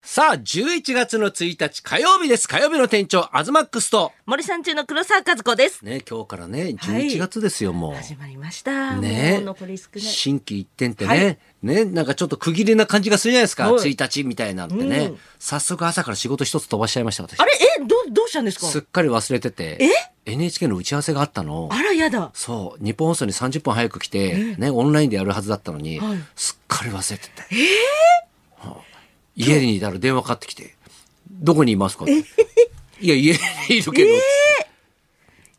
さあ、11月の1日火曜日です。火曜日の店長、アズマックスと。森さん中の黒沢和子です。ね、今日からね、はい11月ですよ、もう。始まりました。ねもう残り少ない。新規一点ってね、はいね、なんかちょっと区切りな感じがするじゃないですか、はい1日みたいなんてね、うん早速朝から仕事一つ飛ばしちゃいました、私あ。れ、え、どう、どうしたんですかすっかり忘れてて、NHK の打ち合わせがあったの。あら、やだ。そう、日本放送に30分早く来て、ね、オンラインでやるはずだったのに、はいすっかり忘れてて。はあ家にいたら電話かかってきて、どこにいますかって。いや、家にいるけど、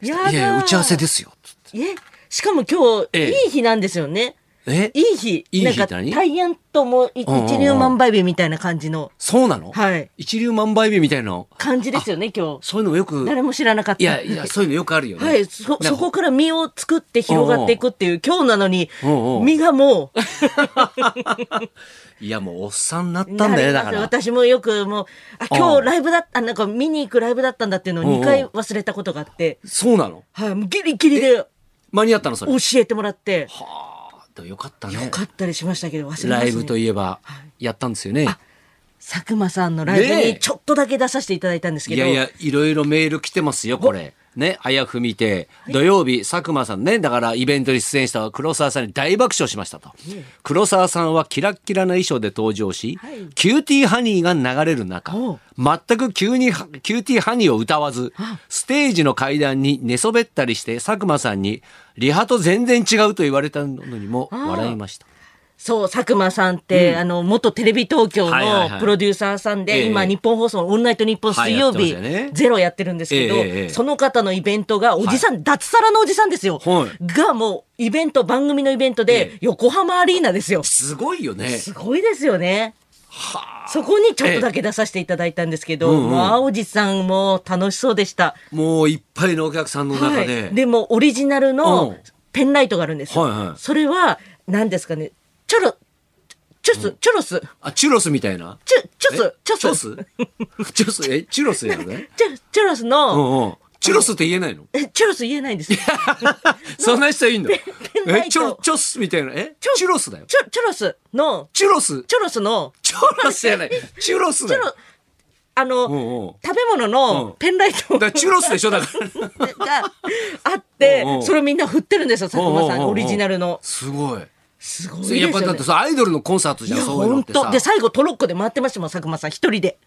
やだ。いやいや、打ち合わせですよ。つってえ、しかも今日、ええいい日なんですよね。えいい日。いい日なんか、って何大安ともいうんうんうん一粒万倍日みたいな感じの、そうなの、はい一粒万倍日みたいな、感じですよね、今日。そういうのよく、誰も知らなかった。いや、いや、そういうのよくあるよね。はい、そ、なんそかこから身を作って広がっていくっていう、今日なのにうんう、ん身がもう、いや、もうおっさんになったんだよ、なだりかますら。私もよくもう、あ、う今ん日ライブだった、なんか見に行くライブだったんだっていうのうんうをん2回忘れたことがあって、そうなのはい、もうギリギリで間に合ったの、それ。教はえてもらって、あ、だからよかったね。勝ったりしましたけど、忘れました、ね。ライブといえばは、やったんですよね。佐久間さんのライブねえにちょっとだけ出させていただいたんですけいど、やいや、いろいろメール来てますよ、これ。ね、あやふみて、土曜日、佐久間さんね、だからイベントに出演した黒沢さんに大爆笑しましたと。黒沢さんはキラッキラな衣装で登場し、はいキューティーハニーが流れる中おう、全く急にはキューティーハニーを歌わず、ステージの階段に寝そべったりして、佐久間さんに、リハと全然違うと言われたのにも笑いました。そう、佐久間さんって、あの、元テレビ東京はいはいはのいプロデューサーさんで、ええ今、日本放送のオンナイト日本水曜はい日、やってますよねゼロやってるんですけど、ええええその方のイベントが、おじさん、脱サラのおじさんですよ。はいが、もう、イベント、番組のイベントえで、え横浜アリーナですよ。すごいよね。すごいですよね。はあそこにちょっとだけ出させていただいたんですけど、ええうんうんまあ、おじさんも楽しそうでした。もういっぱいのお客さんの中で。はい、でもオリジナルうのんペンライトがあるんですよ、はいはいそれは何ですかねチョロチョス、チョロスあ、チュロスみたいなチュチョスえチョスス チョスえ、チュロスやろね。チョチョロスうの、んうん。チュロスって言えないのえチョロス言えないんですよそんな人いんの えペンライ、トチョロ、チョスみたいな。えチュロスだよ。チョチョロスのチュロス。チョロスのチュロスじゃない。チュロスチだョロよ。あの、うんうん。食べ物うんのペンライトだからチュロスでしょだ から。があって、うんうんそれをみんな振ってるんですよ佐久間うさんうんうんんうんオリジナルのすごい。すごいですやっぱだよっねてさ、アイドルのコンサートじいゃん、やそういうのっ本てさ当で。最後トロッコで回ってましたもん佐久間さん一人 で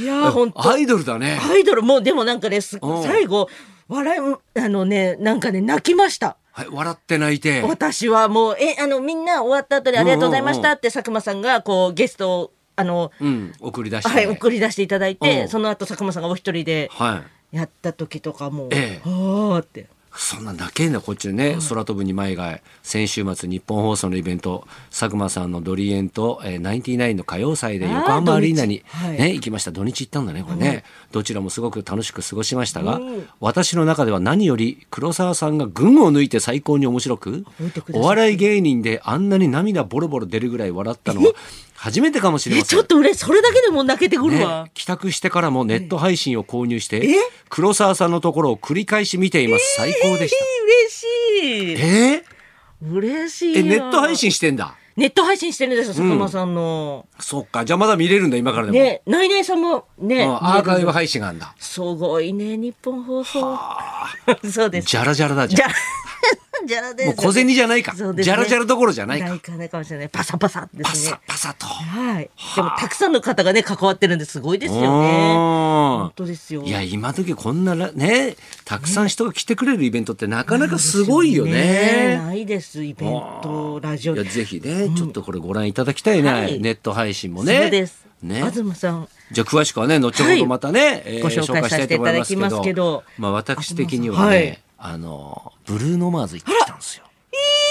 いやー本当アイドルだね。アイドルもうでもなんかねすうん最後笑いあのねなんかね泣きましたはい、笑って泣いて。私はもうえあのみんな終わった後でありがとうございましたって佐久間さんがこうゲストをあの、うん、送り出して。はい、送り出していただいて、うんその後佐久間さんがお一人ではい。やった時とかもう、ええおーってそんなだけんだこっちでね、空飛ぶ二枚貝先週末日本放送のイベント佐久間さんのドリエンと、えー、ナインティナインの歌謡祭であー横浜アリーナに土、日はいね行きました土日行ったんだねこれね、どちらもすごく楽しく過ごしましたが、うん私の中では何より黒沢さんが群を抜いて最高に面白く覚えてくださってお笑い芸人であんなに涙ボロボロ出るぐらい笑ったのは初めてかもしれえませちんょっ。と俺それだけでも泣けてくるわ、ね帰宅してからもネット配信を購入しえて黒沢さんのところを繰り返し見ています最高でしええ嬉た。しいえー嬉しいえ、よネット配信してんだ。ネット配信してるんですよ佐久間さんの、そっか、じゃあまだ見れるんだ、今からでも。ねナイナイさんもね、うんアーカイブ配信があんだ。すごいね、日本放送。 そうです。じゃらじゃらだじじゃゃ、じ ゃらでん。す。もう小銭じゃないか。そうですねじゃらじゃらどころじゃないか。ないかないかもしれない。パサパサでパすねサ。パサと。はい。でもたくさんの方がね、関わってるんですごいですよね。ね本当ですよ。いや、今時こんなら、ね、たくさん人が来てくれるイベントってなかなかすごいよえね。ないです、イベント、ラジオいや。ぜひね、ちょっとこれご覧いただきたいはね。いネット配信もね。そうです。ね。東さん。じゃあ詳しくはね後ほどまたね、えーご紹介させていただきますけどまあ私的にはね、はいあのブルーノマーズ行ってきたんですよ。いい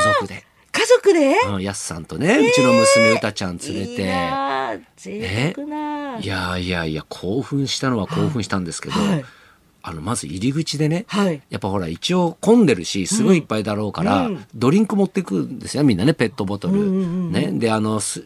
な。家族で、家族でうん、やすさんとね、うちの娘うたちゃん連れて。いいなぁ贅沢なぁいやいやいや興奮したのは興奮したんですけど、はいあのまず入り口でね、はいやっぱほら一応混んでるしすごいいっぱいだろうから、うんドリンク持ってくんですよみんなねペットボトル。うんうんね、であのす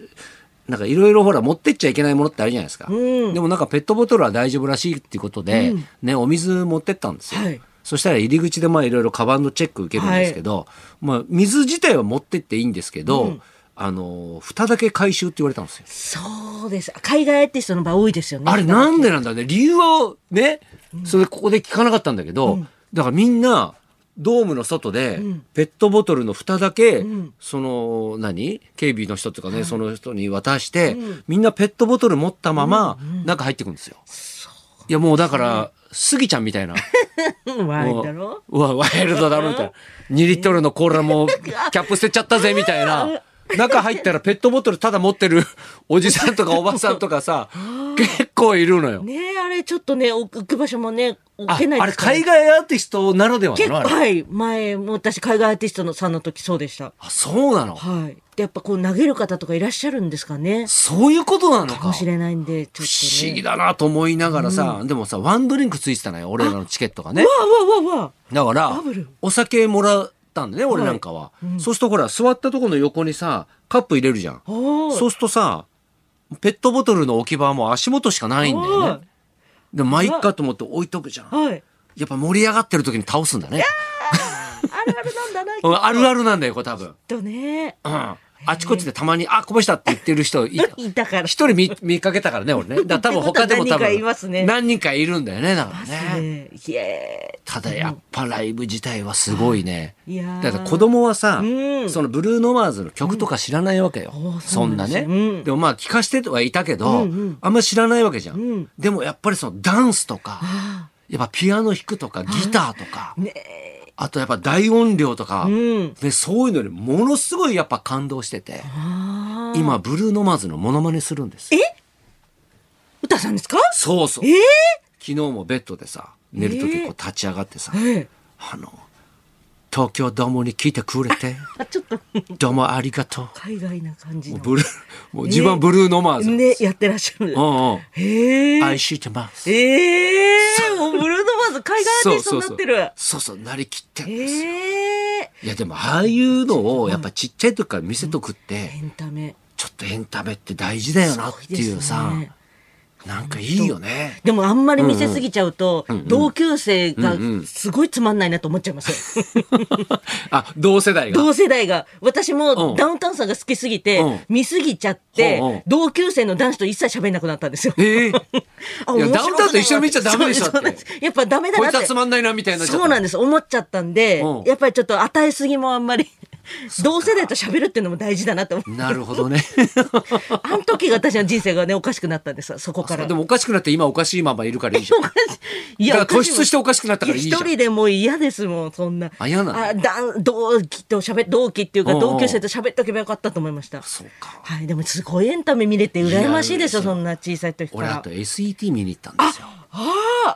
なんかいろいろほら持ってっちゃいけないものってあるじゃないですか、うんでもなんかペットボトルは大丈夫らしいっていうことで、うんね、お水持ってったんですよ。はいそしたら入り口でまあいろいろカバンのチェック受けるんですけど、まあ水自体は持ってっていいんですけど、うんあの蓋だけ回収って言われたんですよ。そうです。海外アーティストの場多いですよね。あれなんでなんだろうね理由はねそれここで聞かなかったんだけど、だからみんなドームの外でペットボトルの蓋だけ、その何警備の人っていうかね、その人に渡して、みんなペットボトル持ったまま中入ってくんですよ。いやもうだからスギちゃんみたいな。うんワインだろうわワイルドだろみたいな2リットルのコーラもキャップ捨てちゃったぜみたいな中入ったらペットボトルただ持ってるおじさんとかおばさんとかさ結構いるのよ。ねえあれちょっとね、置く場所もね、置あけないあでれすから海外アーティストならではな結の構、あれはい。前、もう私、海外アーティストのさんの時そうでした。あそうなのはい。で、やっぱこう投げる方とかいらっしゃるんですかね。そういうことなのかかもしれないんで、ちょっと、ね。不思議だなと思いながらさ、でもさワンドリンクついてたのよ俺らのチケットがね。わあわあわあわあ。だからバブルお酒もらったんだね俺なんかは、そうするとほら座ったとこの横にさカップ入れるじゃんおーそうするとさペットボトルの置き場はもう足元しかないんだよねでまあいっかと思って置いとくじゃんはい。やっぱ盛り上がってる時に倒すんだねあるあるなんだな、きっうんあるあるなんだよこれ多分、うん、とね。あちこちでたまに「あこぼした」って言ってる人いいたから。一人見見かけたからね俺ねだから多分 他でも多ってことは何人かいますね分何人かいるんだよねだからねねいえ。ただやっぱライブ自体はすごいね。いやーだから子供はさ、うんそのブルーノマーズの曲とか知らないわけよ。うんあーそそうんなんなですねね、うんでもまあ聞かしてはいたけど、うんうんあんま知らないわけじゃん,、うんでもやっぱりそのダンスとか、やっぱピアノ弾くとかギターとか、ねあとやっぱ大音量とか、うん。でそういうのにものすごいやっぱ感動してて、ああ。今ブルーノマーズのモノマネするんですよ。歌さんですかそうそう。ええ昨日もベッドでさ、寝る時こう立ち上がってさ、ええあの、東京ドームに来てくれ て、あ、ちょっと、どうもありがとう。海外な感じもうの。ブルー、もう自分はブルーノマーズ。ね、やってらっしゃるう。んうん。へえ。愛してます。ええもうブルーノマーズ海外アーティストになってる。そうそう、なりきってんですよ。ええいやでも、ああいうのを、やっぱちっちゃい時から見せとくってエ、ンタメ。ちょっとエンタメって大事だよなっていうすさごいですね、なんかいいよね。でもあんまり見せすぎちゃうと、んうん同級生がうんうんすごいつまんないなと思っちゃいますよ。あ、同世代が。同世代が。私うもんダウンタウンさんが好きすぎて、うん見すぎちゃって、うんうん同級生の男子と一切喋んなくなったんですよ。ええ。あいやダウン面白くないタウわンと一緒に見ちゃダメでしょそうそうなんすやっぱダメだこないっつはてつ。まんないなみたいになっちゃった。そうなんです。思っちゃったんで、うんやっぱりちょっと与えすぎもあんまり、同世代と喋るっていうのも大事だなって思う。なるほどね。 あの時が私の人生がね、おかしくなったんですそこから。でもおかしくなって今おかしいままいるからいいじゃん。おかしい。いだから突おか出ししておかしくなったからいいいじやゃん一。人でもう嫌ですもん、そんな。あ嫌なのあ、だん、同期と喋、同期っていうか、うんうん同級生と喋っとけばよかったと思いました。そうか。はい、でもすごいエンタメ見れて羨ましいですよ、いやそんな小さい時か俺あらと。SET 見に行ったんですよ。あ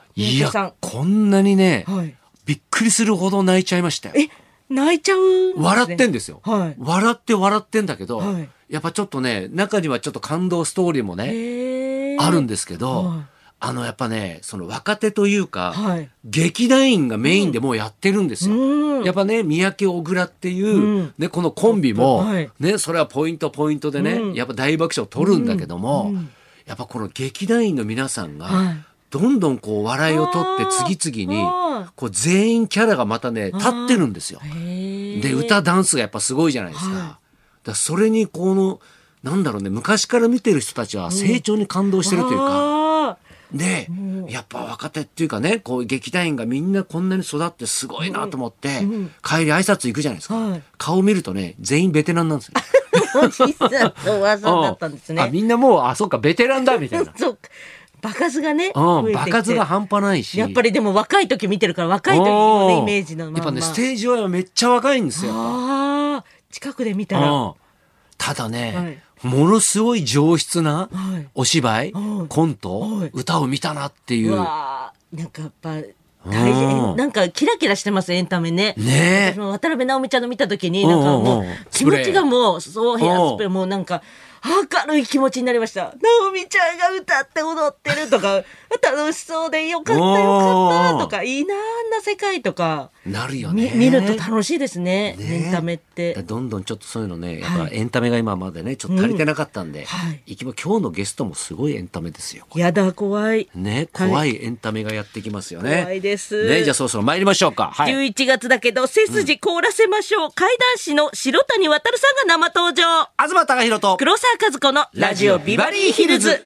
あい三宅さんや、こんなにね、はいびっくりするほど泣いちゃいましたよ。え、泣いちゃうんですね笑ってんですよ。はい。笑って笑ってんだけど、はいやっぱちょっとね、中にはちょっと感動ストーリーもね、へーあるんですけど、はいあのやっぱね、その若手というか、はい劇団員がメインでもうやってるんですよ。うんやっぱね、三宅小倉っていう、うんね、このコンビも、はいね、それはポイントポイントでね、うんやっぱ大爆笑を取るんだけども、うんうんやっぱこの劇団員の皆さんが、はいどんどんこう笑いを取あっーて次々はに、こう全員キャラがまたね、立ってるんですよ。で、で歌、ダンスがやっぱすごいじゃないですか。はいだからそれにこの、なんだろうね、昔から見てる人たちは成長に感動してるというか、か。で、やっぱ若手っていうかね、こう劇団員がみんなこんなに育ってすごいなと思って、帰り挨拶行くじゃないですか。はい顔見るとね、全員ベテランなんですよ。おじさんの技だったんですうんあ、ね。みんなもう、あ、そっか、ベテランだ、み 。たいなそうか。バカ数がね、うん、増え場てきて数が半端ないし。やっぱり、りでも若い時見てるから若い時のねイメージのまんま。やっぱね、ステージはめっちゃ若いんですよ。ああ、近くで見たら。うんただね、ものすごい上質なはいお芝居、はいコント、はい歌を見たなっていうう。わーなんかやっぱ大変うんなんかキラキラしてますエンタメね。ねえ私も渡辺直美ちゃんの見た時になんかうもうんうんうん気持ちがもうそうプレーヘアうんスプレーもうなんか明るい気持ちになりました。直美ちゃんが歌って踊ってる とか、楽しそうでよかったよかったとか、いいなあんな世界とか、なるよみね見ると楽しいですね。ねエンタメって。だからどんどんちょっとそういうのねやっはぱエンタメが今までねちょっと足りてなかったんで、んはいいきま今日のゲストもすごいエンタメですよやだ、怖い。ねはい怖いエンタメがやってきますよね怖いですねじゃあそろそろ参りましょうかはい11月だけど背筋凍らせましょう。怪談師の白谷渉さんが生登場。東貴博と黒沢和子のラジオビバリーヒルズ。